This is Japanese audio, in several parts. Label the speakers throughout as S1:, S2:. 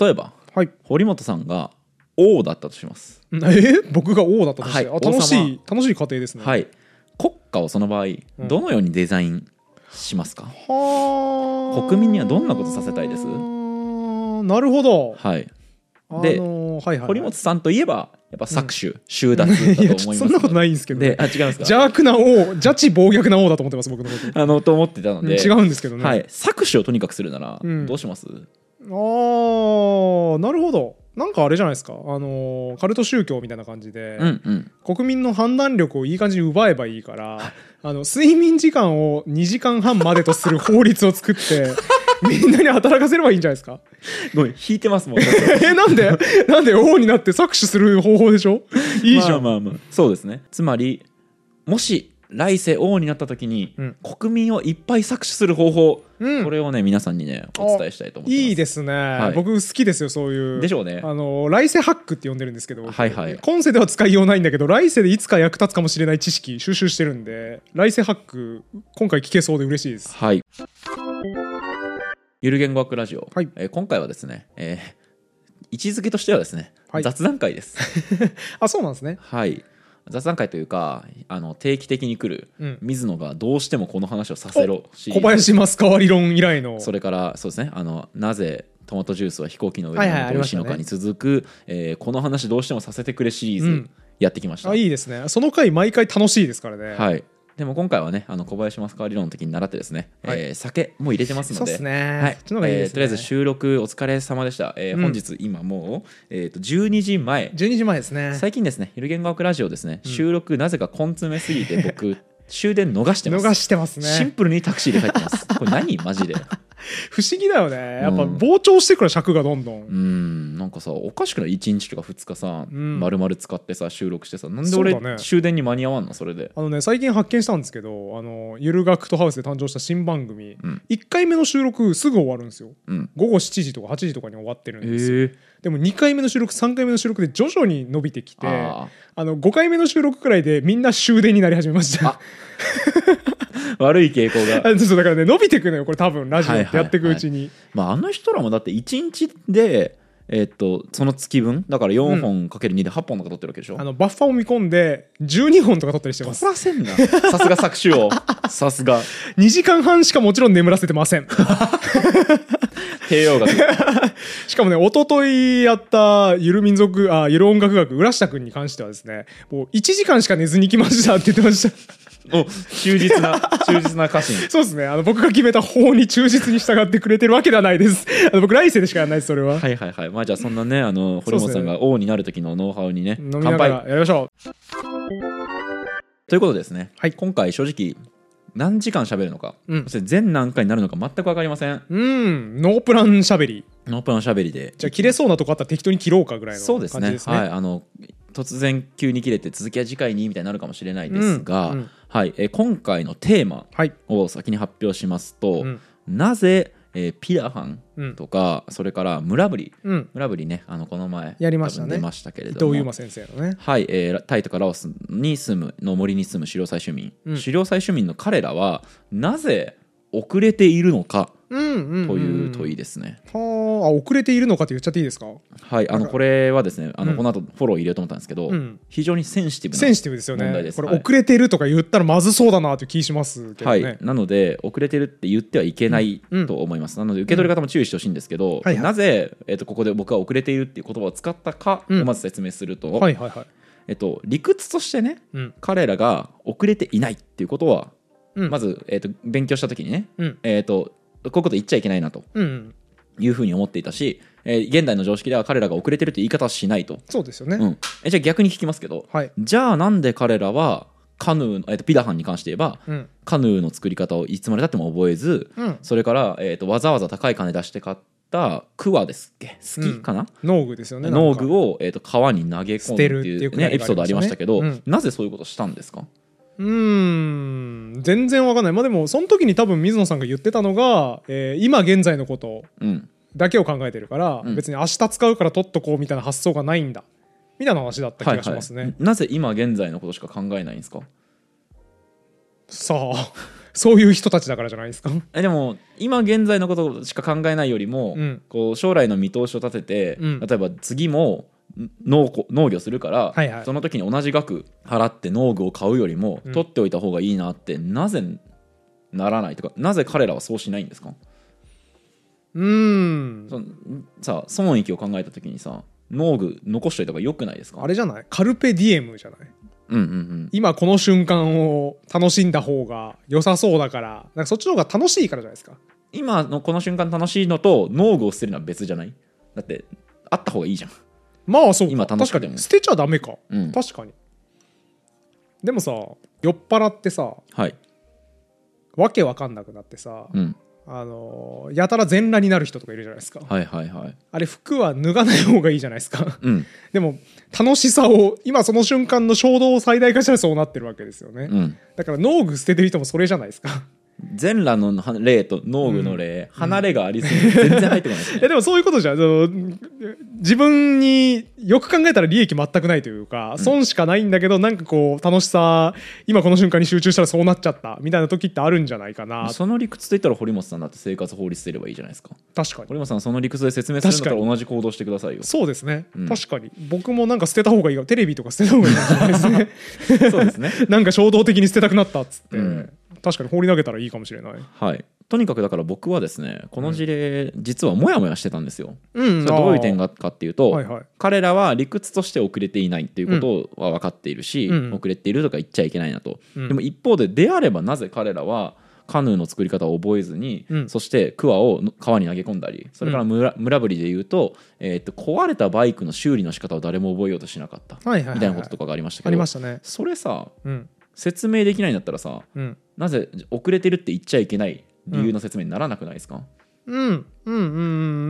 S1: 例えば
S2: はい。
S1: 堀本さんが王だったとします、
S2: えー、僕が王だったとして、
S1: はい
S2: あ楽し
S1: 王
S2: い楽しい過程ですね。。
S1: はいい国家をその場合
S2: うん
S1: どのようにデザインしますか、
S2: はあ
S1: 国民にはどんなことさせたいです
S2: なるほど。
S1: はい
S2: で、
S1: で
S2: あのーはいはいはい、
S1: 堀本さんといえばやっぱ搾取、収奪だと思
S2: い
S1: い
S2: や
S1: ま
S2: ち
S1: す
S2: ょっとそんなことないいんですけ ど、
S1: であ違いますか
S2: 邪悪な王邪智暴虐な王だと思ってます僕のこと
S1: あのと思ってたの
S2: うん
S1: で
S2: 違うんですけどね、
S1: はい、搾取をとにかくするなら
S2: うん
S1: どうします、
S2: あーなるほどなんかあれじゃないですか、あのーカルト宗教みたいな感じで、
S1: うんうん
S2: 国民の判断力をいい感じに奪えばいいからあの睡眠時間を2時間半までとする法律を作って みんなに働かせればいいんじゃないですか
S1: ごめん引いてます もん
S2: えなんでなんで王になって搾取する方法でしょいいじゃん、
S1: まあまあまあそうですねつまりもし来世王になった時に、
S2: うん
S1: 国民をいっぱい搾取する方法、
S2: うん
S1: これをね皆さんにねお伝えしたいと思ってます
S2: いいですね、
S1: い
S2: 僕好きですよそういう
S1: でしょうね
S2: あの来世ハックって呼んでるんですけど、
S1: はいはい
S2: 今世では使いようないんだけど来世でいつか役立つかもしれない知識収集してるんで来世ハック今回聞けそうで嬉しいです
S1: はいゆる言語学ラジオ、
S2: はい
S1: えー今回はですね、えー位置づけとしてはですね、
S2: はい
S1: 雑談会です
S2: あそうなんですね
S1: はい雑談会というかあの定期的に来る、
S2: うん
S1: 水野がどうしてもこの話をさせろシリーズ
S2: 小林マスカワ理論以来の
S1: それからそうですねあのなぜトマトジュースは飛行機の上
S2: は
S1: で
S2: いはい
S1: 飲むと美味しいのか
S2: あり
S1: に続く、えーこの話どうしてもさせてくれシリーズ、
S2: うん
S1: やってきました
S2: あいいですねその回毎回楽しいですからね、
S1: はい、でも今回はねあの小林マスカワ理論の時に習ってですね、
S2: はい
S1: えー酒もう入れてます
S2: そ
S1: の
S2: うで
S1: です
S2: ね、
S1: はい
S2: そっちの方がいい
S1: え
S2: で
S1: ー
S2: すね
S1: とりあえず収録お疲れ様でした、えー
S2: うん
S1: 本日今もう、えー、と12時前
S2: 12時前ですね
S1: 最近ですね「ゆる言語学ラジオ」ですね
S2: うん
S1: 収録なぜか根詰めすぎ て僕終電逃してます
S2: 逃してます
S1: シン
S2: ね
S1: プルにタクシーで帰って ますこれ何マジで
S2: 不思議だよねやっぱ
S1: うん
S2: 膨張してくる尺がどんどん、
S1: うんなんかさおかしくない1日とか2日さ、
S2: うん
S1: 丸々使ってさ収録してさなんで
S2: そうだ
S1: 俺、
S2: ね
S1: 終電に間に合わんのそれで
S2: あのね最近発見したんですけどあのゆる学徒ハウスで誕生した新番組、
S1: うん
S2: 1回目の収録すぐ終わるんですよ
S1: うん
S2: 午後7時とか8時とかに終わってる
S1: え
S2: んですよ、
S1: ー、
S2: でも2回目の収録3回目の収録で徐々に伸びてきてあ
S1: あ
S2: の5回目の収録くらいでみんな終電になり始めました
S1: あー悪い傾向が
S2: あそうそうだからね伸びてくのよこれ多分ラジオってやっていくうちに、
S1: まあ、あの人らもだって1日で、えっとその月分だから4本かける2で8本とか取ってるわけでしょ、
S2: あのバッファを見込んで12本とか撮ったりしてます
S1: 怒らせんなさすが作詞をさすが
S2: 2時間半しかもちろん眠らせてま せん
S1: 帝王が
S2: しかもね一昨日やったゆる民族あゆる音楽学浦下君に関してはですねもう1時間しか寝ずに来ましたって言ってました
S1: お忠実な忠実な家臣
S2: そうですね。あの、僕が決めた法に忠実に従ってくれてるわけではないです。 あの僕、来世でしかやらないです、それは。
S1: はいはいはいまあじゃあそんなねあの堀本さんが王になる時のノウハウにね
S2: 飲みな
S1: 乾
S2: がら
S1: 杯
S2: やりましょ
S1: ということでですね、
S2: はい
S1: 今回正直何時間喋るのか、
S2: うん
S1: そして全何回になるのか全く分かりません
S2: う。うん、ノープランしゃべり。
S1: ノープランおしゃべりで
S2: じゃあ、切れそうなとこあったら適当に切ろうかぐらいの
S1: そ
S2: 感
S1: う
S2: じ
S1: で
S2: ですす
S1: ね
S2: ね。
S1: はいあの突然急に切れて続きは次回にみたいになるかもしれないで
S2: う
S1: す
S2: ん
S1: が、
S2: うん
S1: はい、えー今回のテーマ
S2: はい。
S1: を先に発表しますと、
S2: うん
S1: なぜ、えーピラハン
S2: うん
S1: とか、それから村ぶり
S2: うん。
S1: 村ぶりねあのこの前
S2: やりましたね
S1: 多分出ましたけれ
S2: 伊
S1: ど
S2: 藤
S1: も
S2: 優馬先生のね。
S1: はい、えータイとかラオスに住むの森に住む狩猟採取民、
S2: うん
S1: 狩猟採取民の彼らはなぜ遅れているのか
S2: うんうんうん。
S1: という問いですね、
S2: はあ、あ遅れているのかって言っちゃっていいですか
S1: はいあのこれはですねあの、
S2: うん
S1: この後フォロー入れようと思ったんですけど、
S2: うん
S1: 非常にセンシティブな
S2: センシティブですよ
S1: 問
S2: ね
S1: 題です
S2: これ、
S1: はい
S2: 遅れているとか言ったらまずそうだなという気しますけど
S1: は
S2: ね。
S1: い、なので遅れてるって言ってはいけない
S2: うん
S1: と思います、なので受け取り方も注意してほしいんですけど、
S2: はいはい
S1: なぜ、えっとここで僕は遅れているっていう言葉を使ったかを
S2: うん
S1: まず説明すると、
S2: はいはいはい。
S1: えっと理屈としてね
S2: うん。
S1: 彼らが遅れていないっていうことは、
S2: うん。
S1: まず、えっと勉強した時にね、
S2: うん。
S1: えっとこういうこと言っちゃいけないなと
S2: うん。
S1: いうふうに思っていたし、えー現代の常識では彼らが遅れてるという言い方はしないと、
S2: そうですよね。
S1: うん、えじゃあ逆に聞きますけど
S2: はい。
S1: じゃあなんで彼らはカヌーの、えっとピダハンに関して言えば
S2: うん。
S1: カヌーの作り方をいつまでたっても覚えず、
S2: うん。
S1: それから、えー、とわざわざ高い金出して買ったクワですっけスキ
S2: うん
S1: かな、
S2: 農具ですよね。なんか
S1: 農具を、えー、と川に投げ込
S2: 捨
S1: んで
S2: て
S1: って
S2: るってい
S1: いうう,、
S2: くだ
S1: ね
S2: りがありましたね
S1: エピソードありましたけど、
S2: うん
S1: なぜそういうことしたんですか
S2: うーん全然わかんないまあでもその時に多分水野さんが言ってたのが、えー今現在のこと
S1: うん
S2: だけを考えてるから、
S1: うん
S2: 別に明日使うから取っとこうみたいな発想がないんだみたいな話だった気がしますね、
S1: なぜ今現在のことしか考えないんですか
S2: さあそういう人たちだからじゃないですか。
S1: えでも今現在のことしか考えないよりも、
S2: うん
S1: こう将来の見通しを立てて、
S2: うん
S1: 例えば次もん農耕農業するから、
S2: はいはい
S1: その時に同じ額払って農具を買うよりも、
S2: うん
S1: 取っておいた方がいいなってなぜならないとかなぜ彼らはそうしないんですか
S2: うーん。
S1: そのさ損益を考えた時にさ農具残しといた方が良くないですか
S2: あれじゃないカルペディエムじゃない
S1: うんうんうん
S2: 今この瞬間を楽しんだ方が良さそうだからなんかそっちの方が楽しいからじゃないですか
S1: 今のこの瞬間楽しいのと農具を捨てるのは別じゃないだってあった方がいいじゃん
S2: まあそうか
S1: 今楽しくて
S2: 確
S1: も
S2: かに捨てちゃダメか、
S1: うん
S2: 確かにでもさ酔っ払ってさ
S1: はい
S2: わけわかんなくなってさ、
S1: うん
S2: あのーやたら全裸になる人とかいるじゃないですか
S1: はいはいはい
S2: あれ服は脱がない方がいいじゃないですか
S1: うん
S2: でも楽しさを今その瞬間の衝動を最大化したらそうなってるわけですよね、
S1: うん
S2: だから農具捨ててる人もそれじゃないですか
S1: 全裸のは例と農具の例、離れがありすぎて全然入ってこないです
S2: え
S1: ね
S2: でもそういうことじゃんその自分によく考えたら利益全くないというか損しかないんだけど、なんかこう楽しさ今この瞬間に集中したらそうなっちゃったみたいな時ってあるんじゃないかな
S1: その理屈といったら堀本さんだって生活法律すればいいじゃないですか
S2: 確かに
S1: 堀本さんその理屈で説明するんだったら同じ行動してくださいよ
S2: そうですね、
S1: うん
S2: 確かに僕もなんか捨てた方がいいよテレビとか捨てた方がいいかもしれないですね
S1: そうですね
S2: なんか衝動的に捨てたくなったっつって、
S1: うん
S2: 確かに放り投げたらいいかもしれない
S1: はいとにかくだから僕はですねこの事例、実はモヤモヤしてたんですよ
S2: うん
S1: それはどういう点がかっていうと、
S2: はいはい
S1: 彼らは理屈として遅れていないっていうことは分かっているし、
S2: うん
S1: 遅れているとか言っちゃいけないなと、
S2: うん
S1: でも一方でであればなぜ彼らはカヌーの作り方を覚えずに、
S2: うん
S1: そしてクワを川に投げ込んだりそれから村,、村ぶりで言うと,、えーっと壊れたバイクの修理の仕方を誰も覚えようとしなかった、
S2: はいはいはい
S1: みたいなこととかがありましたけど
S2: ありましたね
S1: それさ
S2: うん
S1: 説明できないんだったらさ
S2: うん
S1: なぜ遅れてるって言っちゃいけない理由の説明にならなくないですか、
S2: うんうんう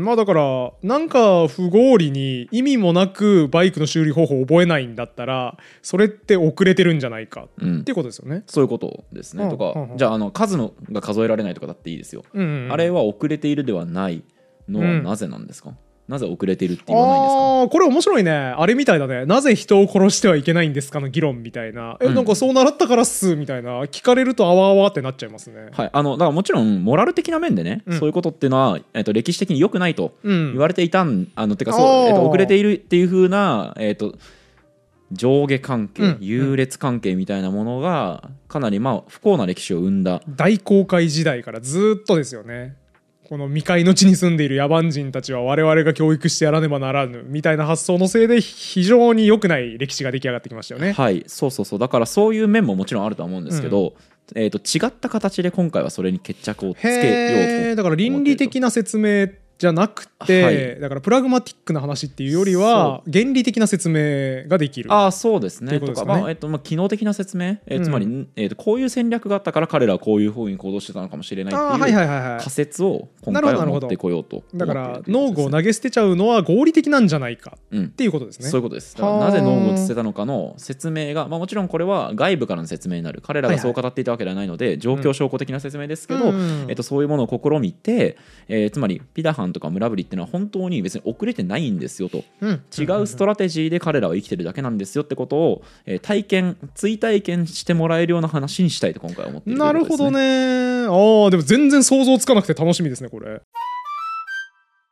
S2: んまあだからなんか不合理に意味もなくバイクの修理方法を覚えないんだったらそれって遅れてるんじゃないかっ
S1: うん
S2: ていうことですよね。
S1: そういうことですね、
S2: うん
S1: とか、
S2: うんうん
S1: じゃああの数のが数えられないとかだっていいですよ
S2: うんうんうん、
S1: あれは遅れているではないのは
S2: うん
S1: なぜなんですか、なぜ遅れているって言わないんですか
S2: あーこれ面白いねあれみたいだねなぜ人を殺してはいけないんですかの議論みたいな、え
S1: うん
S2: なんかそう習ったからっすみたいな聞かれるとあわあわってなっちゃいますね。
S1: はい、あのだからもちろんモラル的な面でね、
S2: うん
S1: そういうことっていうのは、えっと歴史的に良くないと
S2: うん
S1: 言われていたん、あのてかそう、
S2: あー
S1: えっと遅れているっていう風な、えっと上下関係、
S2: うん
S1: 優劣関係みたいなものがかなりまあ不幸な歴史を生んだ
S2: 大航海時代からずーっとですよねこの未開の地に住んでいる野蛮人たちは我々が教育してやらねばならぬみたいな発想のせいで非常に良くない歴史が出来上がってきましたよね。
S1: はい、そうそうそうだからそういう面ももちろんあるとは思うんですけど、えっと違った形で今回はそれに決着をつけようと
S2: へーだから倫理的な説明じゃなくて、
S1: はい
S2: だからプラグマティックな話っていうよりは原理的な説明ができる。
S1: ああそうです
S2: とい
S1: ね
S2: うこ
S1: と
S2: とです
S1: か
S2: かね
S1: まあえっとまあ機能的な説明、え
S2: うん
S1: つまり、んえっとこういう戦略があったから彼らはこういうふうに行動してたのかもしれない
S2: あー
S1: っ
S2: は
S1: て
S2: い
S1: いう
S2: はいはいはい
S1: 仮説を今
S2: なる
S1: 回
S2: ほどな
S1: は
S2: る
S1: 持
S2: ほ
S1: っ
S2: ど
S1: てこようと
S2: だから
S1: 思
S2: 農
S1: って
S2: 具
S1: いるということですね
S2: を投げ捨てちゃうのは合理的なんじゃないか
S1: うん
S2: っていうことですね。
S1: そういうことですだから
S2: はー
S1: なぜ農具を捨てたのかの説明が、まあ、もちろんこれは外部からの説明になる彼ら
S2: は
S1: が
S2: いは
S1: そ
S2: いう
S1: 語っていたわけではないので、状況証拠的な説明ですけど、
S2: うん
S1: えっと、そういうものを試みて、えーつまりピダハンとか村ぶりっていうのは本当に別に遅れてないんですよと
S2: うん
S1: 違うストラテジーで彼らは生きてるだけなんですよってことを、えー体験追体験してもらえるような話にしたいと今回は思っているとい
S2: な
S1: う
S2: る
S1: ことで
S2: ほ
S1: す、ね、
S2: どね。ああ、でも全然想像つかなくて楽しみですね、これ。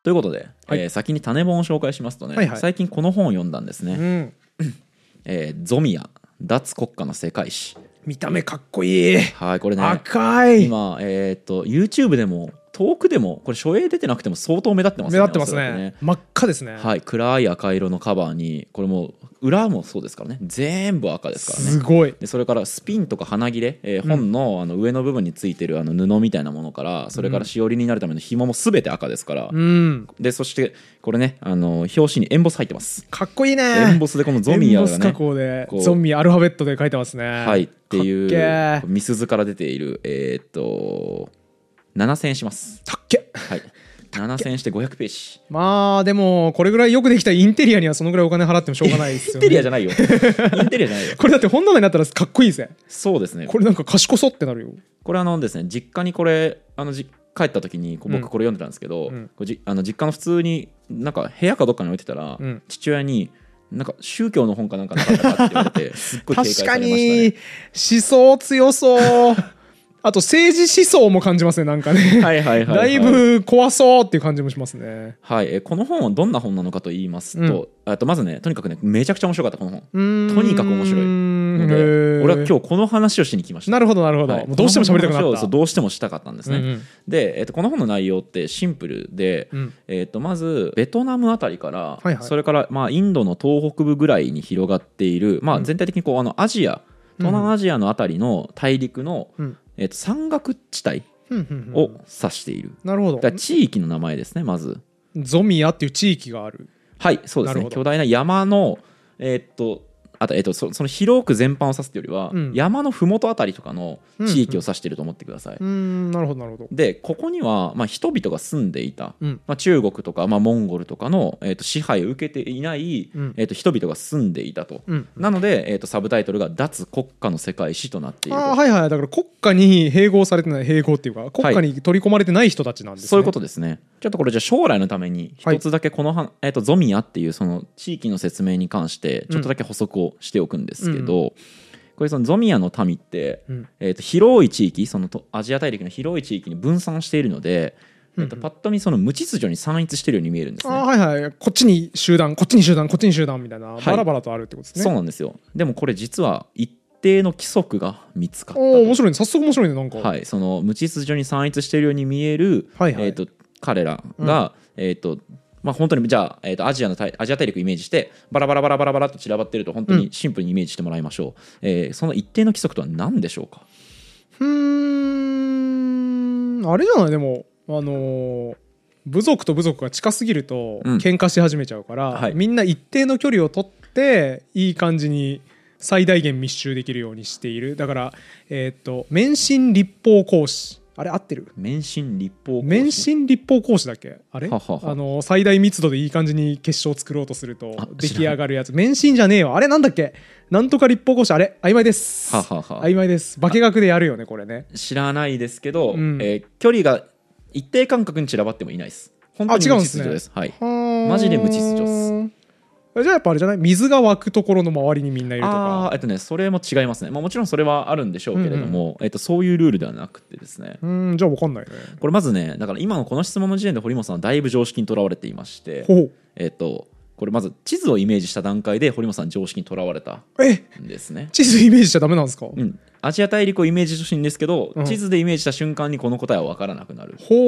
S1: ということで、
S2: はい
S1: えー先に種本を紹介しますとね、
S2: はいはい
S1: 最近この本を読んだんです
S2: う
S1: ね
S2: ん。
S1: 「えーゾミア脱国家の世界史
S2: 見た目かっこいい。」
S1: はいこれね
S2: 赤い。
S1: 今、えーっと YouTube でも遠くでもこれ書影出てなくても相当目立ってます
S2: 目
S1: ね
S2: 立ってます
S1: おそらく
S2: ね。真っ赤ですね。
S1: はい、暗い赤色のカバーにこれもう裏もそうですからね全部赤ですからね
S2: すごい。
S1: でそれからスピンとか花切れ、えー本のあの上の部分についてるあの布みたいなものからそれからしおりになるための紐も全て赤ですから、
S2: うん。
S1: でそしてこれねあの表紙にエンボス入ってます、
S2: かっこいいね。
S1: エンボスでこのゾミ
S2: エ
S1: ヤ
S2: ンボ
S1: が
S2: ス加
S1: ね
S2: 工で
S1: こう
S2: ゾンビアルファベットで書いてますね。
S1: はいっていう
S2: かっけー
S1: ミスズから出ているえーっと7000円します
S2: たっけ。
S1: はい7000円して500ページ
S2: まあでもこれぐらいよくできたインテリアにはそのぐらいお金払ってもしょうがないです
S1: イン
S2: よ
S1: テリア
S2: ね。
S1: じゃ ないよインテリアじゃないよ
S2: これだって本棚になったらかっこいいぜ。
S1: そうですね
S2: これなんか賢そうってなるよ。
S1: これあのですね実家にこれあのじ帰った時にこう
S2: うん
S1: 僕これ読んでたんですけど、
S2: うん
S1: こうじあの実家の普通になんか部屋かどっかに置いてたら、
S2: うん
S1: 父親になんか宗教の本か なんかなかったかって言われてすっごい警戒
S2: 確
S1: さ
S2: か
S1: れましたね
S2: に思想強そうあと政治思想も感じますねなんかね
S1: はいはいはいはい
S2: だいぶ怖そうっていう感じもしますね
S1: はい、えーこの本はどんな本なのかと言いますと,、あとまずねとにかくねめちゃくちゃ面白かったこの本
S2: と
S1: とにかく面白いので俺は今日この話をしに来ました
S2: なるほどなるほど、
S1: はい
S2: もうどうしても喋りたくな
S1: この話
S2: っ
S1: を
S2: た
S1: そうどうしてもしたかったんですね、
S2: うんうん
S1: で、えっとこの本の内容ってシンプルで、
S2: うん
S1: えっとまずベトナムあたりから、
S2: いはい
S1: それから、まあ、インドの東北部ぐらいに広がっている、まあ、全体的にこうあのアジア東南アジアのあたりの大陸の、
S2: うん
S1: えっと山岳地帯
S2: うんうんうん
S1: を指している、
S2: なるほど
S1: だから地域の名前ですねまず
S2: ゾミアっていう地域がある
S1: はいそうです
S2: なる
S1: ね
S2: ほど
S1: 巨大な山のえーっとあと、えーっとそその広く全般を指すというよりは、
S2: うん
S1: 山の麓あたりとかの地域を指していると思ってください、
S2: うーんなるほどなるほど
S1: でここには、まあ、人々が住んでいた、
S2: うん
S1: まあ、中国とか、まあ、モンゴルとかの、えーっと支配を受けていない、
S2: うん
S1: えーっと人々が住んでいたと、
S2: うん
S1: なので、えーっとサブタイトルが「脱国家の世界史」となっていると
S2: あーはいはいだから国家に併合されてない併合っていうか国家に取り込まれてない人たちなんですね、
S1: そういうことですね。ちょっとこれじゃあ将来のために
S2: はい
S1: 一つだけこのは、えっとゾミアっていうその地域の説明に関してちょっとだけ補足をしておくんですけど、これそのゾミアの民って、
S2: うん
S1: えっと広い地域そのとアジア大陸の広い地域に分散しているので、えっとパッと見その無秩序に散逸しているように見えるんですね。
S2: あーはいはいこっちに集団こっちに集団こっちに集団みたいな、
S1: い
S2: バラバラとあるってことですね
S1: そうなんですよ。でもこれ実は一定の規則が見つかったと。
S2: おお面白いね早速面白いねなんか、
S1: はい、その無秩序に散逸しているように見える、
S2: はいはい
S1: えー、と彼らが、えーとまあ、本当にじゃあ、えー、とアジアの大アジア大陸イメージしてバラバラバラバラバラと散らばっていると本当にシンプルにイメージしてもらいましょう、えーその一定の規則とは何でしょうか
S2: うーんあれじゃないでもあのー部族と部族が近すぎると
S1: うん
S2: 喧嘩し始めちゃうから、
S1: はい
S2: みんな一定の距離を取っていい感じに最大限密集できるようにしているだからえーっ、と免震立法行使あれ合ってる
S1: 免震立法
S2: 免震立法行使だっけあれ
S1: ははは
S2: あのー最大密度でいい感じに結晶を作ろうとすると
S1: あ
S2: 出
S1: 知ら
S2: 来
S1: ない
S2: 上がるやつ免震じゃねえよあれなんだっけなんとか立法行使あれ曖昧です
S1: ははは
S2: 曖昧です化学でやるよねこれね
S1: 知らないですけど、
S2: うん
S1: えー距離が一定間隔に散らばってもいないです本当に無
S2: あ違
S1: 秩
S2: うんですね
S1: 序ですはいマ
S2: マ
S1: ジで無秩序っ
S2: じゃあやっぱあれじゃない水が湧くところの周りにみんないると
S1: あ
S2: か
S1: ーえっとねそれも違いますね、まあ、もちろんそれはあるんでしょうけれども、えっとそういうルールではなくてですね、
S2: うんじゃあ分かんないね
S1: これまずねだから今のこの質問の時点で堀本さんはだいぶ常識にとらわれていまして
S2: ほ
S1: えっ、とこれまず地図をイメージした段階で堀本さん常識にとらわれた
S2: うえ
S1: んですね。
S2: 地図イメージしちゃダメなんですか、
S1: うん、アジア大陸をイメージしてほしいんですけど、
S2: うん
S1: 地図でイメージした瞬間にこの答えは分からなくなる、
S2: ほう、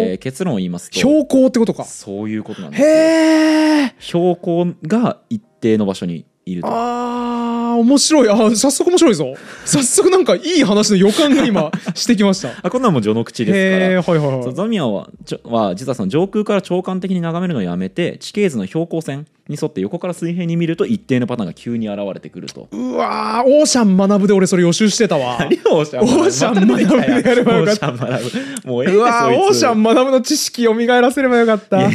S1: えー結論を言いますと
S2: 標高ってことか
S1: そういうことなんですよ
S2: へえ
S1: 標高が一定の場所にいると
S2: あー面白いあー早速面白いぞ早速なんかいい話の予感が今してき ましたへ
S1: あこんなんも序の口ですから
S2: えはいはい
S1: そう
S2: はい
S1: ゾミアはちょは実はその上空から長観的に眺めるのをやめて地形図の標高線に沿って横から水平に見ると一定のパターンが急に現れてくると。
S2: うわーオーシャン学ぶで俺それ予習して たわ
S1: オーシ
S2: ャン学ぶ
S1: 学ぶ
S2: また出てきた
S1: オーシャ
S2: よ
S1: ン学ぶもうええ
S2: うわーオーシャ
S1: ン
S2: ン学ぶの知識蘇らせればよかった
S1: え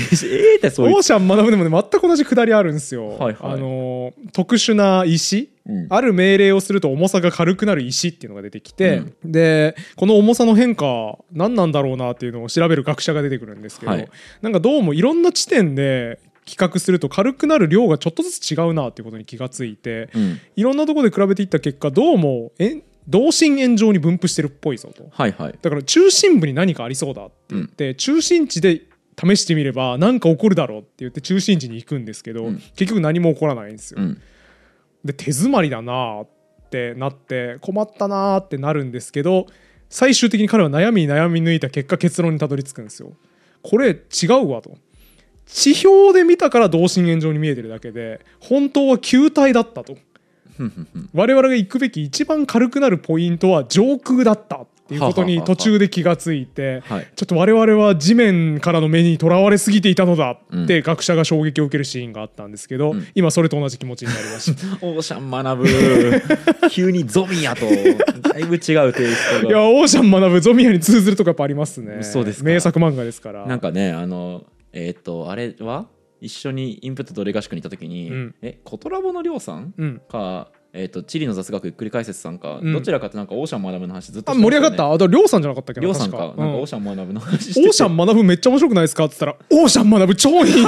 S1: えってそ
S2: オ
S1: い
S2: ー
S1: つ
S2: シャン学ぶでもね全く同じくだりあるんですよ、
S1: はいはい
S2: あのー特殊な石、
S1: うん
S2: ある命令をすると重さが軽くなる石っていうのが出てきて、でこの重さの変化何なんだろうなっていうのを調べる学者が出てくるんですけど、
S1: はい
S2: なんかどうもいろんな地点で比較すると軽くなる量がちょっとずつ違うなっていうことに気がついて、
S1: うん
S2: いろんなところで比べていった結果どうもえ同心円状に分布してるっぽいぞと。
S1: はいはい
S2: だから中心部に何かありそうだって言って、中心地で試してみれば何か起こるだろうって言って中心地に行くんですけど、
S1: うん
S2: 結局何も起こらないんですよ。
S1: うん
S2: で手詰まりだなってなって困ったなってなるんですけど最終的に彼は悩みに悩み抜いた結果結論にたどり着くんですよ。これ違うわと。地表で見たから同心円状に見えてるだけで本当は球体だったと。我々が行くべき一番軽くなるポイントは上空だったっていうことに途中で気がついて
S1: はい
S2: ちょっと我々は地面からの目にとらわれすぎていたのだ
S1: うん
S2: って学者が衝撃を受けるシーンがあったんですけど、
S1: ん
S2: 今それと同じ気持ちになりまし た
S1: オーシャン 学ぶ急にゾミアとだいぶ違うテイスト
S2: い
S1: が
S2: やオーシャン学ぶゾミアに通ずるとかやっぱありますね
S1: そうですか
S2: 名作漫画ですから
S1: なんかねあのえっとあれは一緒にインプットどれ合宿に行った時に
S2: うん
S1: えコトラボのりょうさん
S2: うん
S1: かえー、とチリの雑学ゆっくり解説さんか、
S2: うん
S1: どちらかってなんかオーシャン学ぶの話ずっと
S2: あ
S1: してま
S2: 盛り
S1: よ
S2: 上
S1: ね
S2: がったあだりょうさんじゃなかったっけ
S1: りょ
S2: な
S1: うさん
S2: 確
S1: か
S2: か
S1: なんかオーシャン学ぶの話して
S2: オ
S1: て
S2: ーシャン学ぶめっちゃ面白くないですかって言った ら、オーシャン学ぶ超いいんですよ。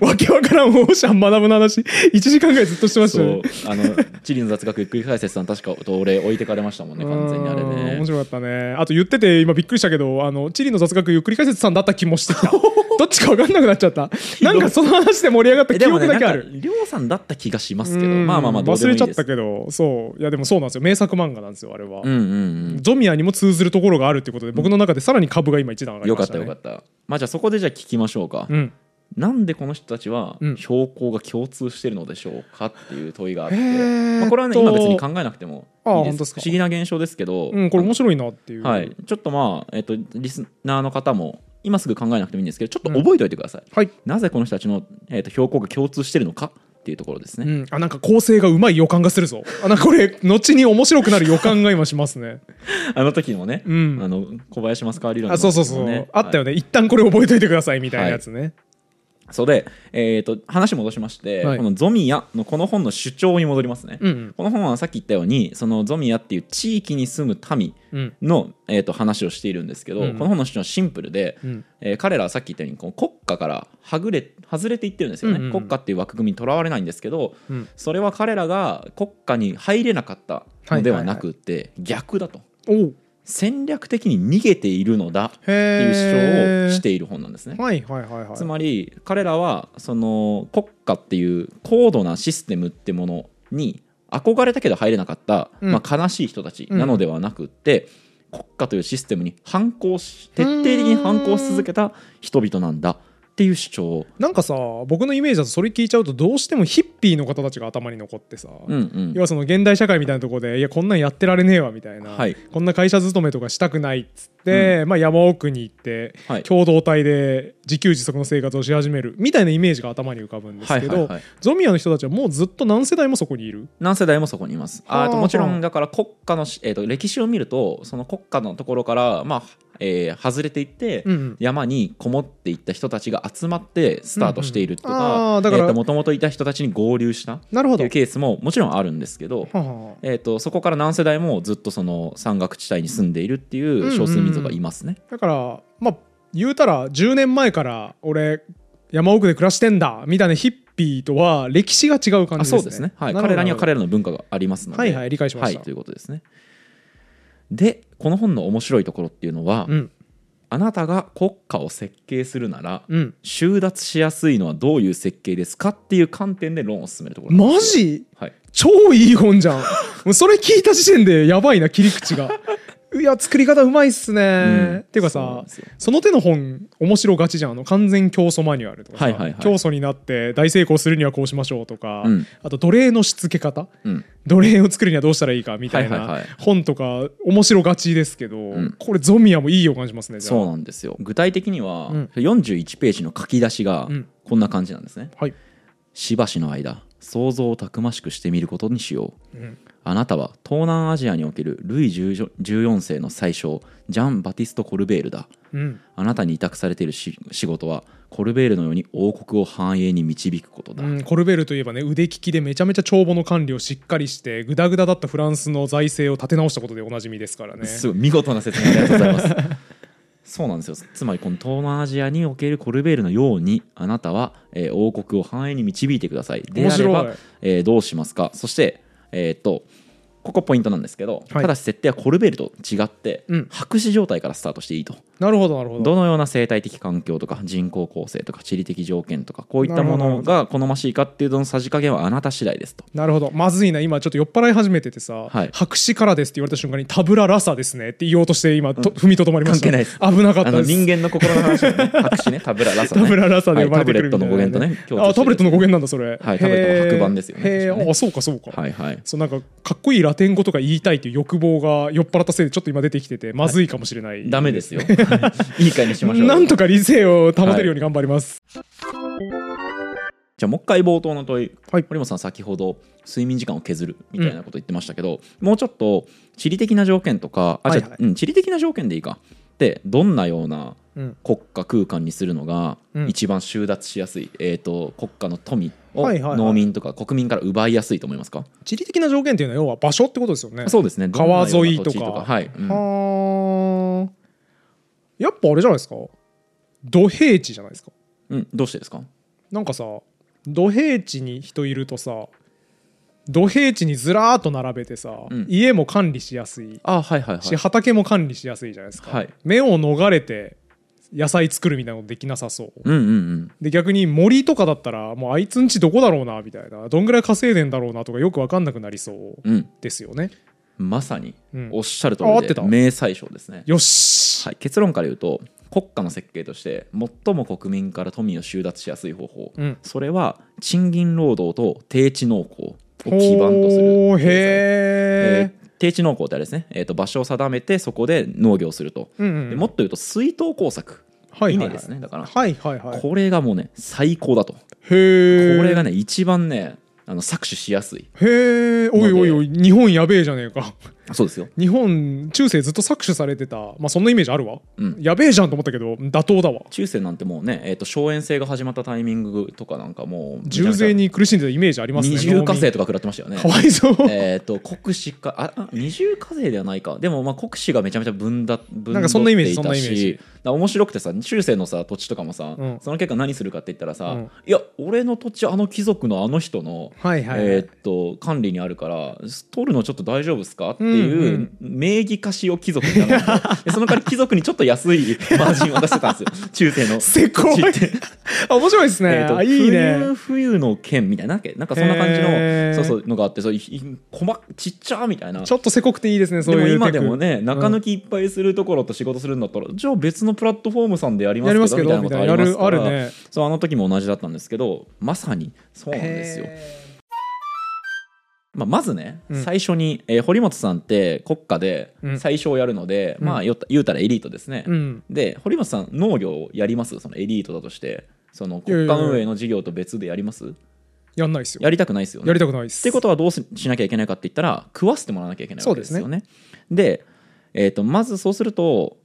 S2: わけわからんオーシャン学ぶの話、1時間ぐらいずっとしてました
S1: そう
S2: ね。
S1: あの地理の雑学ゆっくり解説さん確か俺置いてかれましたもんね完全にあれ
S2: うん面
S1: ね
S2: 白かったね。あと言ってて今びっくりしたけど、あの、地理の雑学ゆっくり解説さんだった気もし てきた。どっちかわかんなくなっちゃった。なんかその話で盛り上がった
S1: え
S2: 記
S1: でも
S2: 憶
S1: ねなん
S2: だけあ
S1: か
S2: る。
S1: りょうさんだった気がしますけど
S2: うん
S1: まあまあまあどうでもい
S2: 忘れ
S1: い
S2: ちゃ
S1: で
S2: っ
S1: す
S2: たけど、そう。いやでもそうなんですよ。名作漫画なんですよ、あれは。
S1: うんうん
S2: ゾミアにも通ずるところがあるってことで、僕の中でさらに株が今一段上
S1: う
S2: が
S1: ん
S2: り
S1: よ
S2: ま
S1: かっ
S2: した
S1: た
S2: ね。
S1: よかったまあじゃあそこでじゃあ聞きましょうか、
S2: うん。
S1: なんでこの人たちは
S2: うん
S1: 標高が共通してるのでしょうかっていう問いがあって、
S2: へー
S1: まあ、これはね
S2: と
S1: 今別に考えなくても
S2: あー
S1: いい
S2: 本当
S1: で
S2: ですす
S1: 不
S2: か
S1: 思議な現象ですけど、
S2: うん、これ面白いなっていう。
S1: はい、ちょっとまあ、えっとリスナーの方も今すぐ考えなくてもいいんですけどちょっと覚えておいてください、
S2: はい。
S1: なぜこの人たちの、えっと標高が共通してるのかっていうところですね、
S2: うん、あなんか構成がうまい予感がするぞあなんかこれ後に面白くなる予感が今しますね
S1: あの時のね、
S2: うん
S1: あの小林マスカー理論の
S2: あ
S1: 時の
S2: そう
S1: ね
S2: そうそう、あったよ
S1: ね、
S2: ね、一旦これ覚えといてくださいみたいなやつね、
S1: はいそうで、えっと話戻しまして、
S2: はい
S1: このゾミヤのこの本の主張に戻りますね、
S2: うんうん
S1: この本はさっき言ったようにそのゾミヤっていう地域に住む民
S2: うん
S1: の、えー、と話をしているんですけど、
S2: うん
S1: この本の主張はシンプルで、
S2: うん
S1: えー彼らはさっき言ったようにこう国家からはぐれ外れていってるんですよね、
S2: うんうんうん
S1: 国家っていう枠組みにとらわれないんですけど
S2: うん
S1: それは彼らが国家に入れなかったのではなくて、逆だと
S2: おう
S1: 戦略的に逃げているのだっていう主張をしている本なんですね。
S2: はいはいはいはい
S1: つまり彼らはその国家っていう高度なシステムってものに憧れたけど入れなかった、
S2: うん
S1: まあ、悲しい人たちなのではなくって、国家というシステムに反抗し徹底的に反抗し続けた人々なんだっていう主張を、
S2: なんかさ僕のイメージだとそれ聞いちゃうとどうしてもヒッピーの方たちが頭に残ってさ、
S1: うんうん
S2: 要はその現代社会みたいなところでいやこんなんやってられねえわみたいな、
S1: はい
S2: こんな会社勤めとかしたくないっつって、まあ、山奥に行って、
S1: はい
S2: 共同体で自給自足の生活をし始めるみたいなイメージが頭に浮かぶんですけど、
S1: はいはいはい
S2: ゾミアの人たちはもうずっと何世代もそこにいる。
S1: 何世代もそこにいます。あ
S2: はあ
S1: あともちろ
S2: は
S1: ん
S2: あ
S1: だから国家のし、えー、と歴史を見るとその国家のところから、まあえー外れていって、
S2: うんうん
S1: 山にこもっていった人たちが集まってスタートしていると
S2: うんうん
S1: か
S2: あーだから
S1: もともといた人たちに合流したっ
S2: なるほ
S1: てい
S2: ど
S1: うケースももちろんあるんですけど。
S2: はあはあ
S1: えー、とそこから何世代もずっとその山岳地帯に住んでいるってい
S2: んうん
S1: う
S2: うん
S1: 少数民族がいますね。
S2: だからまあ言うたら10年前から俺山奥で暮らしてんだみたいなヒッピーとは歴史が違う感
S1: あ
S2: じですね。
S1: そうですね、はい、
S2: なるほ
S1: 彼
S2: ど
S1: らには彼らの文化がありますので、
S2: はいはい理解しました
S1: はい、ということですね。でこの本の面白いところっていうのは、
S2: うん
S1: あなたが国家を設計するなら、
S2: うん
S1: 収奪しやすいのはどういう設計ですかっていう観点で論を進めるところなん
S2: マ
S1: ですよ
S2: ジ
S1: はい、
S2: 超いい本じゃん もうそれ聞いた時点でやばいな切り口が いや作り方うまいっすね、
S1: うん
S2: ていうか
S1: そうなん
S2: さ
S1: です
S2: そ
S1: よ
S2: の手の本面白がちじゃんあの完全競争マニュアルとかさ、
S1: はいはいはい
S2: 競争になって大成功するにはこうしましょうとか、
S1: うん
S2: あと奴隷のしつけ方
S1: うん、
S2: 奴隷を作るにはどうしたらいいかみたい
S1: はいはいは
S2: ない本とか面白がちですけど、
S1: ん
S2: これゾミアもいい予感しますねじゃあ
S1: そうなんですよ具体的には、
S2: うん
S1: 41ページの書き出しが
S2: うん
S1: こんな感じなんですね、
S2: はい、
S1: しばしの間想像をたくましくしてみることにしよう
S2: うん
S1: あなたは東南アジアにおけるルイ14世の最小ジャン・バティスト・コルベールだ
S2: うん
S1: あなたに委託されているし仕事はコルベールのように王国を繁栄に導くことだ、
S2: うんコルベールといえばね腕利きでめちゃめちゃ帳簿の管理をしっかりしてグダグダだったフランスの財政を立て直したことでおなじみですからね。
S1: すごい見事な説明ありがとうございます そうなんですよつまりこの東南アジアにおけるコルベールのようにあなたは、えー王国を繁栄に導いてくださいで
S2: 面
S1: あれ
S2: 白い
S1: ば、えーどうしますかそしてえーっとここポイントなんですけど、
S2: はい
S1: ただし設定はコルベールと違って、
S2: うん
S1: 白紙状態からスタートしていいと
S2: なるほどなるほど。
S1: どのような生態的環境とか人口構成とか地理的条件とかこういった
S2: なる
S1: も
S2: ほど
S1: のが好ましいかっていうののさじ加減はあなた次第ですと
S2: なるほどまずいな今ちょっと酔っ払い始めててさ「
S1: はい
S2: 白紙からです」って言われた瞬間に「タブララサですね」って言おうとして今と、踏みとどまりまし
S1: 関
S2: た
S1: 係ないです
S2: 危なかっ
S1: あ
S2: た
S1: の
S2: です
S1: 人間の心の話のね白 紙ねタブララサ、ね、
S2: タブララサで生まれてく
S1: は
S2: る
S1: い
S2: み
S1: タ
S2: た
S1: ブレットの語源
S2: いな
S1: とね共通してる
S2: あタブレットの語源なんだそれ
S1: はいタブレットの白板ですよね
S2: へ
S1: 確か
S2: え
S1: ね
S2: あそうかそうか、
S1: はいはい
S2: そうなんかかっこいいラテン語とか言いたいっていう欲望が酔っ払ったせいでちょっと今出てきててまずいかもしれない、
S1: ダメです よ。いい回にしましょう。
S2: なんとか理性を保てるように頑張ります、
S1: じゃあもう一回冒頭の問い、
S2: はい
S1: 堀本さん先ほど睡眠時間を削るみたいなこと言ってましたけど、もうちょっと地理的な条件とかあじゃあ、
S2: はいはい
S1: うん、地理的な条件でいいかでどんなような
S2: うん
S1: 国家空間にするのが
S2: うん
S1: 一番収奪しやすい、えー、と国家の富を
S2: はいはいはい
S1: 農民とか国民から奪いやすいと思いますか、
S2: 地理的な条件っていうのは要は場所ってことですよね
S1: そうですね
S2: 川沿いとか
S1: どんなような土地はい、うん
S2: はあやっぱあれじゃないですか土平地じゃないですか
S1: うんどうしてですか
S2: なんかさ土平地に人いるとさ土平地にずらーっと並べてさ、
S1: うん
S2: 家も管理しやすい
S1: あはいはいはい
S2: し畑も管理しやすいじゃないですか、
S1: はい
S2: 目を逃れて野菜作るみたいなのできなさそう
S1: うんうんうん
S2: で逆に森とかだったらもうあいつんちどこだろうなみたいなどんぐらい稼いでんだろうなとかよく分かんなくなりそう
S1: うん
S2: ですよね
S1: まさに
S2: うん
S1: おっしゃる通
S2: あ合
S1: り
S2: って
S1: で
S2: た
S1: 名宰相ですね、
S2: よし、
S1: はい、結論から言うと国家の設計として最も国民から富を収奪しやすい方法、
S2: うん
S1: それは賃金労働と低地農耕を基盤とする
S2: ほう
S1: 経済え
S2: へ
S1: ー低地農耕ってあれですね、えー、と場所を定めてそこで農業をすると、
S2: え、うんうん
S1: でもっと言うと水稻耕作、
S2: はい
S1: 稲
S2: はいはい
S1: ですねだから、
S2: はいはいはい
S1: これがもうね最高だとこ
S2: へえ
S1: れがね一番ねあの搾取しやすい
S2: へえおいおいおい日本やべえじゃねえか
S1: そうですよ
S2: 日本中世ずっと搾取されてたまあそんなイメージあるわ、
S1: うん
S2: やべえじゃんと思ったけど妥当だわ
S1: 中世なんてもうね、えー、と荘園制が始まったタイミングとかなんかもう
S2: 重税に苦しんでたイメージありますね
S1: 二重課税
S2: 農
S1: とか食らってましたよね
S2: 民かわい そう、
S1: えっと国司かああ二重課税ではないかでもまあ国司がめちゃめちゃ分断分
S2: な
S1: 断
S2: んかそんなイメージ
S1: ってい
S2: そん
S1: た
S2: なイメージ
S1: しだから面白くてさ中世のさ土地とかもさ、
S2: うん
S1: その結果何するかって言ったらさ、
S2: うん
S1: いや俺の土地あの貴族のあの人の、
S2: はいはいはい、
S1: えーっと管理にあるから取るのちょっと大丈夫ですかっていう、
S2: うん
S1: 名義貸しを貴族に 頼んででその代わり貴族にちょっと安いマージンを出してたんです よ中世の
S2: せこい
S1: 土地って。
S2: あ面白いですね、
S1: えーと
S2: あいいね
S1: 冬冬の剣みたいななんかなんかそんな感じ
S2: へー
S1: のそうそうのがあってそういい細ちっちゃみたいな
S2: ちょっとせこくていいですねそ
S1: で
S2: う
S1: も
S2: いう
S1: 今でも
S2: テ
S1: ね中抜きいっぱいするところと仕事するんだったら、じゃあ別のプラットフォームさんでやりますけどみたいな
S2: や
S1: こ
S2: りますけ
S1: と
S2: ど
S1: ありますから
S2: みたいなやるあるね
S1: そうあの時も同じだったんですけどまさにそう
S2: ク
S1: なんですよ
S2: へ。
S1: まあ、まずね、
S2: うん
S1: 最初に、えー堀本さんって国家で
S2: うん
S1: 最初をやるので、
S2: うん
S1: まあ言った言うたらエリートですね。
S2: ーうん
S1: で堀本さん農業をやりますそのエリートだとしてその国家運営の事業と別でやります
S2: やんないですよ
S1: やりたくないですよね
S2: や。りたくないです
S1: ってことはどうしなきゃいけないかって言ったら食わせてもらわなきゃいけないわけですよね。でえー、とまずそうすると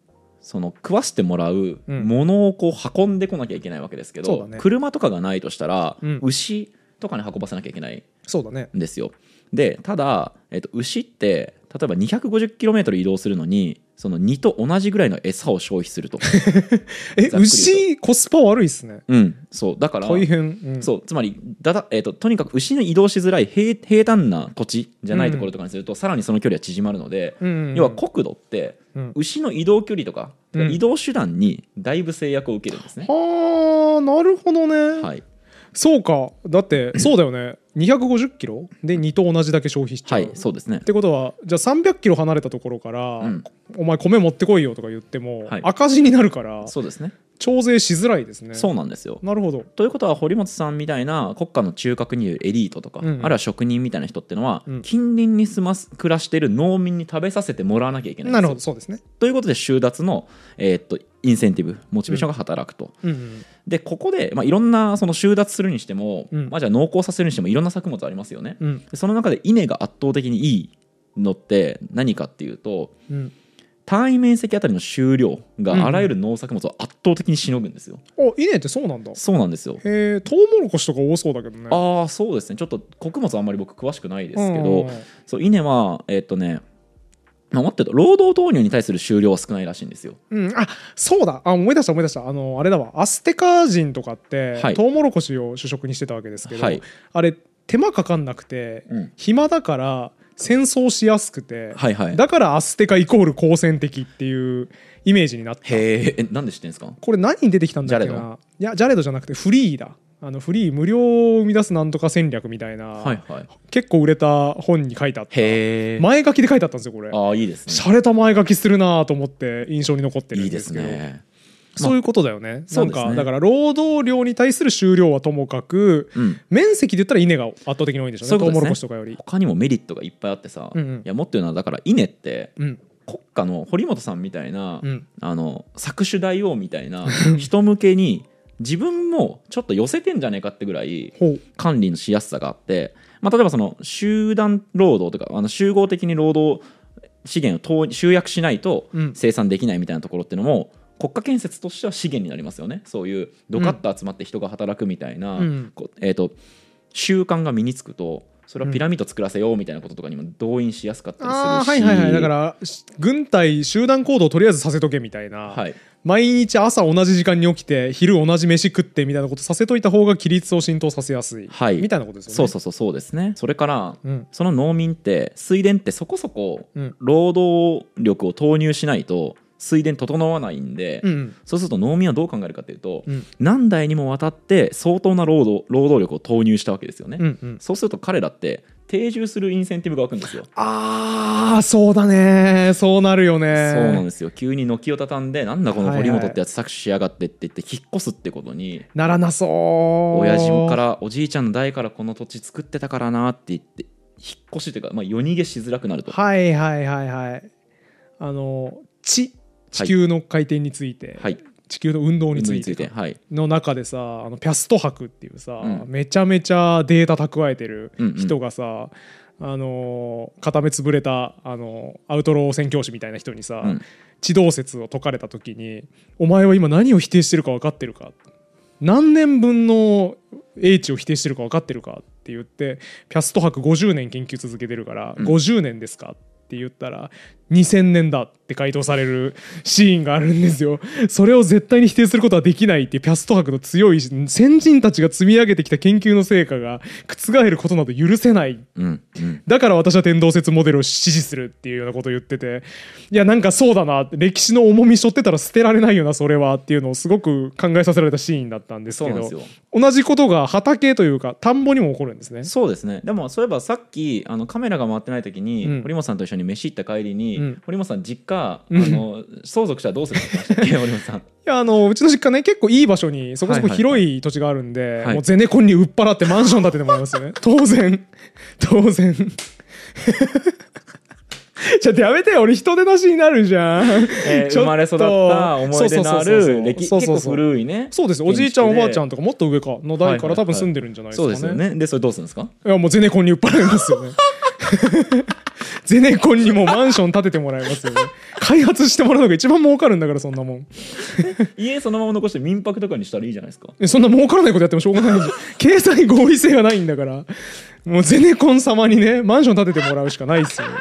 S1: その食わせてもらう
S2: うん
S1: ものをこう運んでこなきゃいけないわけですけ
S2: そう
S1: ど、
S2: だね
S1: 車とかがないとしたら、
S2: うん
S1: 牛とかに運ばせなきゃいけない
S2: そうだね
S1: んですよ。でただ、えー、と牛って例えば 250km 移動するのにその2と同じぐらいの餌を消費する と。ざっく
S2: え
S1: りと
S2: 牛コスパ悪いですね
S1: うん、そうだから
S2: 大変、うん
S1: そうつまりだだ、えー、ととにかく牛の移動しづらい平平坦な土地じゃないところとかにすると、さらにその距離は縮まるので、
S2: うんうんうん
S1: 要は国土って
S2: うん
S1: 牛の移動距離とか、
S2: うん
S1: 移動手段にだいぶ制約を受けるんですね。
S2: はあなるほどね、
S1: はい、
S2: そうかだってそうだよね250キロで2と同じだけ消費しちゃ
S1: は
S2: う、
S1: い、そうですね
S2: っ。てことはじゃあ300キロ離れたところから、
S1: うん
S2: お前米持ってこいよとか言っても、
S1: はい
S2: 赤字になるから
S1: そうですね。
S2: 調整しづらいですね
S1: そうなんですよ。
S2: なるほど
S1: ということは堀本さんみたいな国家の中核にいるエリートとか、
S2: うんうん
S1: あるいは職人みたいな人ってのは、
S2: うん
S1: 近隣に住ます暮らしている農民に食べさせてもらわなきゃいけないんで
S2: な
S1: すよ
S2: るほどそうですね
S1: ということで収奪の、えーっとインセンティブモチベーションが働くと。
S2: うんうん
S1: でここで、まあ、いろんなその収奪するにしても、
S2: うん
S1: まあ、じゃあ農耕させるにしてもいろんな作物ありますよね。
S2: うん
S1: でその中で稲が圧倒的にいいのって何かっていうと
S2: うん
S1: 単位面積あたりの収量
S2: うんうん
S1: があらゆる農作物を圧倒的にしのぐんですよ。
S2: あ稲ってそうなんだへ
S1: そうなんですよ。
S2: えトウモロコシとか多そうだけどね
S1: ああそうですねちょっと穀物あんまり僕詳しくないですけ
S2: うん
S1: どそう稲はえっとねまあ待ってると労働投入に対する収量は少ないらしいんですよ。
S2: うん、あそうだあ思い出した思い出したあのあれだわアステカ人とかって、
S1: はい
S2: トウモロコシを主食にしてたわけですけど、
S1: はい
S2: あれ手間かかんなくて、
S1: うん
S2: 暇だから戦争しやすくて、
S1: はいはい。
S2: だからアステカイコール好戦的っていうイメージになって
S1: へーえなんで知ってんですか
S2: これ何に出てきたんだっけ
S1: ジャレ
S2: な。いや、ジャレドじゃなくてフリーだ。あのフリー無料を生み出すなんとか戦略みたいな、
S1: はいはい。
S2: 結構売れた本に書いてあった。
S1: へえ。
S2: 前書きで書いてあったんですよ、これ。
S1: ああいいですね。
S2: 洒落た前書きするなと思って印象に残ってる
S1: い
S2: ん
S1: いで
S2: ですすけど。
S1: ね。
S2: そういうことだよね。
S1: そ
S2: な
S1: うんですね
S2: か、だから労働量に対する収量はともかく、
S1: うん
S2: 面積で言ったら稲が圧倒的に多いんでしょうね。
S1: そういうこと
S2: ト
S1: で
S2: ウ
S1: すね
S2: モロコシとかより。
S1: 他にもメリットがいっぱいあってさ、
S2: うんうん
S1: いやもっと言うのはだから稲って
S2: うん。
S1: 国家の堀本さんみたいな、
S2: うん。
S1: あの作手大王みたい な人向けに自分もちょっと寄せてんじゃねえかってぐらい
S2: ほう。
S1: 管理のしやすさがあって、まあ、例えばその集団労働とかあの集合的に労働資源を投集約しないと
S2: うん
S1: 生産できないみたいなところっていうのも、国家建設としては資源になりますよねそういうドカッと集まって人が働くみたいな、
S2: うん
S1: こうえー、と習慣が身につくとそれはピラミッド作らせようみたいなこととかにも動員しやすかったり
S2: ああ
S1: す
S2: は
S1: る
S2: い
S1: し
S2: はいはいだからし軍隊集団行動をとりあえずさせとけみたいな、
S1: はい
S2: 毎日朝同じ時間に起きて昼同じ飯食ってみたいなことさせといた方が規律を浸透させやすい、
S1: はい
S2: みたいなことですよね
S1: そうそうそうそうですねそれから、
S2: うん
S1: その農民って水田ってそこそこ
S2: うん
S1: 労働力を投入しないと水田整わないんで、
S2: うん
S1: そうすると農民はどう考えるかっていうと、
S2: うん
S1: 何代にもわたって相当な労働労働力を投入したわけですよね、
S2: うんうん
S1: そうすると彼らって定住するインセンティブが湧くんですよ、
S2: ああそうだねそうなるよね
S1: そうなん
S2: な
S1: ですよ急に軒を畳んでなんだこの堀本ってやつ搾取しやがってって言って引っ越すってことに
S2: らなそう親
S1: 親父からおじいちゃんの代からこの土地作ってたからなって言って引っ越しというか、まあ、夜逃げしづらくなると
S2: はいはいはいはいあの地地球の回転について、
S1: はい
S2: 地球の運動
S1: 運
S2: に
S1: 動
S2: つい
S1: につ
S2: て
S1: いてはい
S2: の中でさあのピャスト博っていうさ、
S1: うん
S2: めちゃめちゃデータ蓄えてる
S1: うんうん
S2: 人がさ、あのー片目潰れた、あのーアウトロー宣教師みたいな人にさ、
S1: うん
S2: 地動説を解かれた時に「お前は今何を否定してるか分かってるか?」何年分の英知を否定してるか分かってるかって言ってピャスト博50年研究続けてるから、
S1: うん
S2: 50年ですかって言ったら2000年だって回答されるシーンがあるんですよそれを絶対に否定することはできないっていうピャスト博の強い先人たちが積み上げてきた研究の成果が覆ることなど許せない
S1: うんうん
S2: だから私は天動説モデルを支持するっていうようなことを言ってていやなんかそうだな歴史の重み背負ってたら捨てられないよなそれはっていうのをすごく考えさせられたシーンだったんです
S1: そう
S2: け
S1: なん
S2: ど
S1: ですよ
S2: 同じことが畑というか田んぼにも起こるんですね。
S1: そうですねでもそういえばさっきあのカメラが回ってない時に、
S2: うん
S1: 堀本さんと一緒に飯行った帰りに、
S2: うん
S1: 堀本さん実家あ
S2: うん
S1: の相続したらどうするかって話 してましたっけ堀本さん
S2: いやあのうちの実家ね結構いい場所にそこそ
S1: は
S2: こ
S1: いはいは
S2: 広い土地があるんで、
S1: はい
S2: もうゼネコンに売っ払ってマンション建ててもらいますよ ね当然当然 ちょっとやめてよ俺人手なしになるじゃん、
S1: えー
S2: ちょっと
S1: 生まれ育った思い出のあ
S2: そうそうそうそ
S1: る
S2: う
S1: 歴
S2: そう
S1: 結
S2: そう
S1: 構
S2: そう
S1: 古いね
S2: そうですよおじいちゃんおばあちゃんとかもっと上か
S1: は
S2: の代
S1: い
S2: か
S1: はいは
S2: ら
S1: い
S2: 多分住んでるんじゃないです
S1: そ
S2: か
S1: う
S2: ね,、
S1: ですよねでそれどうするんですか
S2: いやもうゼネコンに売っ払いますよね ゼネコンにもうマンション建ててもらいますよね開発してもらうのが一番儲かるんだからそんなもん
S1: 家そのまま残して民泊とかにしたらいいじゃないですか
S2: えそんな儲からないことやってもしょうがないし経済合理性がないんだからもうゼネコン様にねマンション建ててもらうしかないっすよね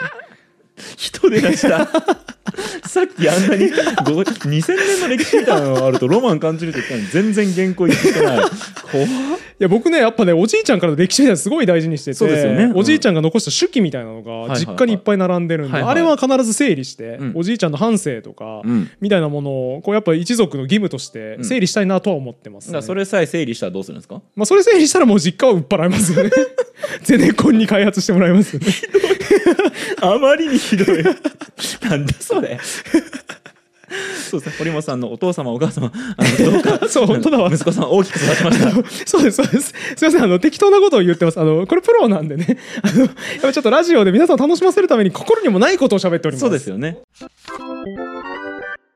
S1: 人で出した さっきあんなにご2000年の歴史みたいなのがあるとロマン感じるって言ったのに全然原稿言って ない怖っ
S2: いや僕ねやっぱねおじいちゃんからの歴史みたいなのすごい大事にしてて
S1: そうですよねうん
S2: おじいちゃんが残した手記みたいなの
S1: い
S2: が
S1: はい
S2: 実家にいっぱい並んでるんで、
S1: はいはい
S2: あれは必ず整理して、
S1: うん
S2: おじいちゃんの半生とか、
S1: うん
S2: みたいなものをこうやっぱ一族の義務として整理したいなとは思ってま
S1: だ
S2: す、
S1: か
S2: ね
S1: らそれさえ整理したらどうするんですか
S2: まあ、それ整理したらもう実家は売っ払いま すよねゼネコンに開発してもらいますよね
S1: あまりにひど いなんだそれそうですね堀本さんのお父様お母様あのどうか
S2: そう 本当だわ
S1: 息子さんを大きく育ちました
S2: そうです、そうです。すいません、あの、適当なことを言ってます。あの、これプロなんでね。あの、やっぱちょっとラジオで皆さんを楽しませるために心にもないことを喋っております。
S1: そうですよね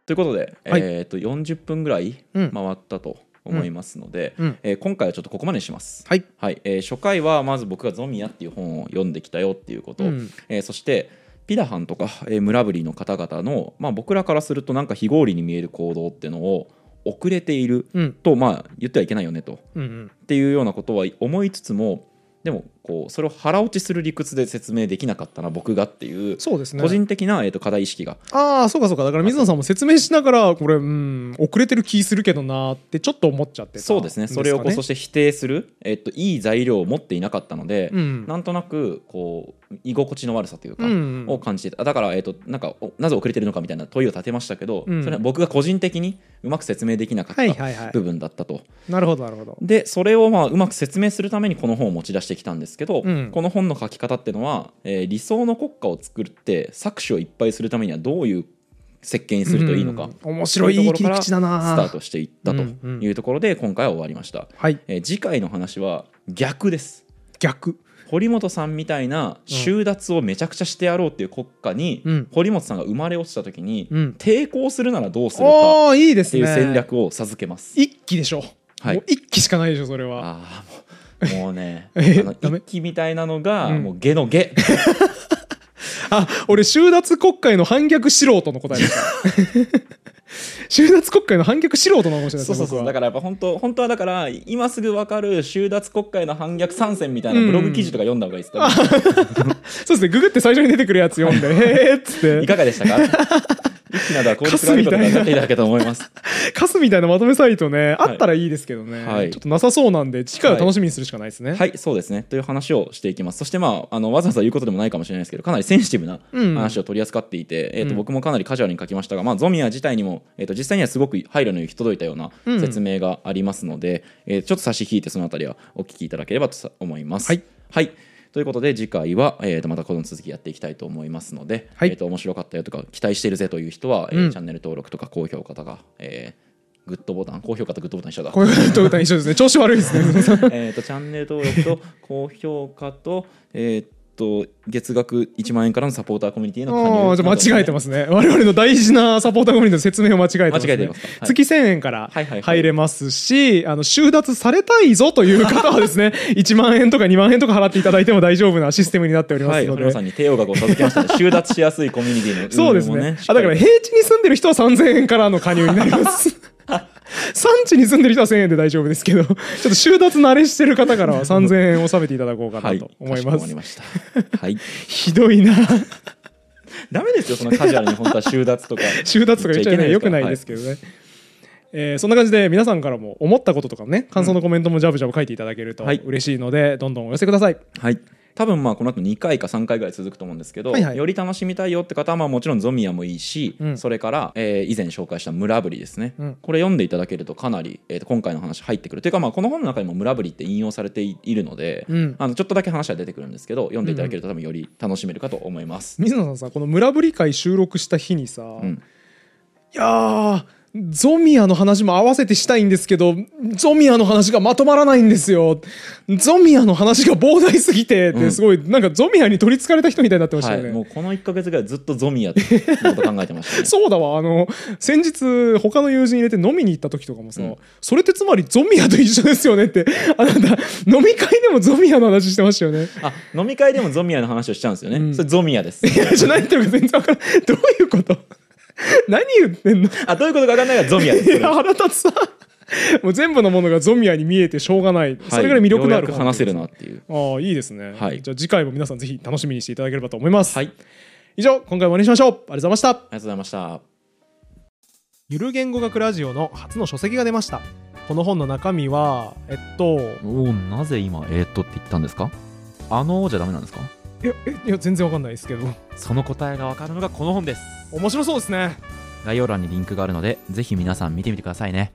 S1: ということで、
S2: はい
S1: えっ、と40分ぐらい
S2: うん
S1: 回ったと思いますので、
S2: うん
S1: えー今回はちょっとここまでにします
S2: はい。
S1: はいえー初回はまず僕が「ゾミヤ」っていう本を読んできたよっていうこと、
S2: うん
S1: えーそしてピダハンとか、えー、村ぶりの方々の、まあ、僕らからするとなんか非合理に見える行動っていうのを遅れている
S2: うん。
S1: と、まあ、言ってはいけないよねと
S2: うんうん。
S1: っていうようなことは思いつつもでもこうそれを腹落ちする理屈で説明できなかったな僕がっていう
S2: そうですね。
S1: 個人的な、えー、と課題意識が
S2: ああ、そうかそうか。だから水野さんも説明しながら、これ、うん、遅れてる気するけどなーってちょっと思っちゃってたん
S1: そうですねそれをこうそ
S2: し
S1: して否定する、えっといい材料を持っていなかったので、
S2: うん
S1: なんとなくこう居心地の悪さというか、
S2: うんうん
S1: を感じてただから、えっとなんかおなぜ遅れてるのかみたいな問いを立てましたけど、
S2: うん
S1: それは僕が個人的にうまく説明できなかった、
S2: はいはいはい
S1: 部分だったと
S2: なるほど、なるほど。
S1: でそれをまあうまく説明するためにこの本を持ち出してきたんですけど、
S2: うん
S1: この本の書き方っていうのは、えー理想の国家を作って搾取をいっぱいするためにはどういう設計にするといいのか、
S2: うん面白い切り口だなー
S1: スタートしていったと
S2: うんうん
S1: いうところで今回は終わりました、
S2: はい。
S1: えー次回の話は逆です
S2: 逆。
S1: 堀本さんみたいな収奪をめちゃくちゃしてやろうっていう国家に、
S2: うん
S1: 堀本さんが生まれ落ちた時に、
S2: うん
S1: 抵抗するならどうするかっ
S2: おー、いいです
S1: て
S2: ね。
S1: いう戦。略を授けます、
S2: 一気でしょ。
S1: はい
S2: もう一気しかないでしょ、それは。
S1: ああ もうもうねあ
S2: え
S1: の
S2: ダメ
S1: 一気みたいなのが、
S2: うん
S1: もう下の下
S2: あ、俺、収奪国会の反逆素人の答えだった収奪国家への反逆素人なのかもしれない
S1: そ
S2: ですね
S1: うそうそう
S2: 僕
S1: だ
S2: は
S1: からやっぱ本当本当はだから今すぐ分かる収奪国会の反逆参戦みたいなブログ記事とか読んだ方がいいです、多分
S2: そうですねググって最初に出てくるやつ読んでへーっつって
S1: いかがでしたか一気などは効率が悪いことがなっていただけたと思います
S2: カスみたいなまとめサイト
S1: は
S2: ね
S1: い
S2: あったらいいですけどね、
S1: はい
S2: ちょっとなさそうなんで機会を楽しみにするしかないですね、
S1: はい、そうですね。という話をしていきます。そして、まあ、あのわざわざ言うことでもないかもしれないですけど、かなりセンシティブな
S2: うん
S1: 話を取り扱っていて、えーと
S2: うん
S1: 僕もかなりカジュアルに書きましたが、まあ、ゾミア自体にも、えーと実際にはすごく配慮の行き届いたような
S2: うん
S1: 説明がありますので、えーちょっと差し引いて、そのあたりはお聞きいただければとさ思います。
S2: はい
S1: はいということで次回は、えー、とまたこの続きやっていきたいと思いますので、
S2: はい
S1: えー、と面白かったよとか期待してるぜという人は、えー
S2: うん
S1: チャンネル登録とか高評価とか、えーグッドボタン高評価とグッドボタン一緒だ
S2: こういうと歌一緒ですね調子悪いです ね
S1: えー、とチャンネル登録と高評価と,、えー、と月額1万円からのサポーターコミュニティへの加入
S2: ああじゃあ間違えてますね我々の大事なサポーターコミュニティの説明を間違えてます,、
S1: 間違
S2: ね
S1: えてますかはい
S2: 月1000円から
S1: はいはいはい
S2: 入れますし、あの収奪されたいぞという方は ですね1万円とか2万円とか払っていただいても大丈夫なシステムになっておりま
S1: は
S2: す
S1: い、
S2: の
S1: 堀
S2: で、
S1: 野さんに帝王学を授けましたので、収奪しやすいコミュニティの運用も、
S2: そうですねあだから
S1: しっ
S2: 平地に住んでる人は3000円からの加入になります 産地に住んでる人は1000円で大丈夫ですけどちょっと収奪慣れしてる方からは3000円納 めていただこうか
S1: か
S2: な
S1: り
S2: と
S1: は
S2: 思
S1: い、
S2: い
S1: かし
S2: ま、
S1: こますりました。はい、
S2: ひどいな
S1: ダメですよ、そのカジュアルに本当は収奪とか。
S2: 収奪とか言っちゃいない
S1: 言
S2: よ
S1: っちゃいけ
S2: くない
S1: ない
S2: で
S1: ですす
S2: け
S1: か
S2: どね、えーそんな感じで皆さんからも思ったこととかね感想のコメントもジャブジャブ書いていただけると
S1: はい
S2: 嬉しいので、どんどんお寄せください
S1: はい多分まあこの後2回か3回ぐらい続くと思うんですけど、
S2: はいはい
S1: より楽しみたいよって方はまあもちろんゾミアもいいし、
S2: うん
S1: それから、えー以前紹介した「村ぶり」ですね、
S2: うん
S1: これ読んでいただけるとかなり、えーと今回の話入ってくるというかまあこの本の中にも「村ぶり」って引用されていいるので、
S2: うん
S1: あのちょっとだけ話は出てくるんですけど読んでいただけると多分より楽しめるかと思います。
S2: 水野さんさこの「村ぶり会」収録した日にさ、
S1: ん
S2: いやーゾミアの話も合わせてしたいんですけどゾミアの話がまとまらないんですよゾミアの話が膨大すぎてってすごい、なんかゾミアに取りつかれた人みたいになってました
S1: は
S2: よね、
S1: い、もうこの1か月ぐらいずっとゾミアってこと考えてましたね。
S2: そうだわあの先日他の友人入れて飲みに行った時とかもさ、
S1: うん
S2: それってつまりゾミアと一緒ですよねってあなた飲み会でもゾミアの話してましたよね
S1: あ飲み会でもゾミアの話をしちゃうんですよね。
S2: うん
S1: それゾミアです。
S2: いやじゃあ何言ってるか全然分からないどういうこと何言ってんの
S1: あどういうことか分かんないがゾミアです。
S2: いや腹立つさもう全部のものがゾミアに見えてしょうがない、それぐらい魅力のある
S1: ようやく話せるなっていう。
S2: ああいいですね、
S1: はい
S2: じゃあ次回も皆さんぜひ楽しみにしていただければと思います、
S1: はい、ありがと
S2: 以上今回もお願いしましょうありがとうございました
S1: うございました。
S2: ゆる言語学ラジオの初の書籍が出ましたこの本の中身はえっと
S3: おおなぜ今えー、っとって言ったんですかあのー、じゃダメなんですか
S2: いやいや全然わかんないですけど
S3: その答えがわかるのがこの本です
S2: 面白そうですね
S3: 概要欄にリンクがあるのでぜひ皆さん見てみてくださいね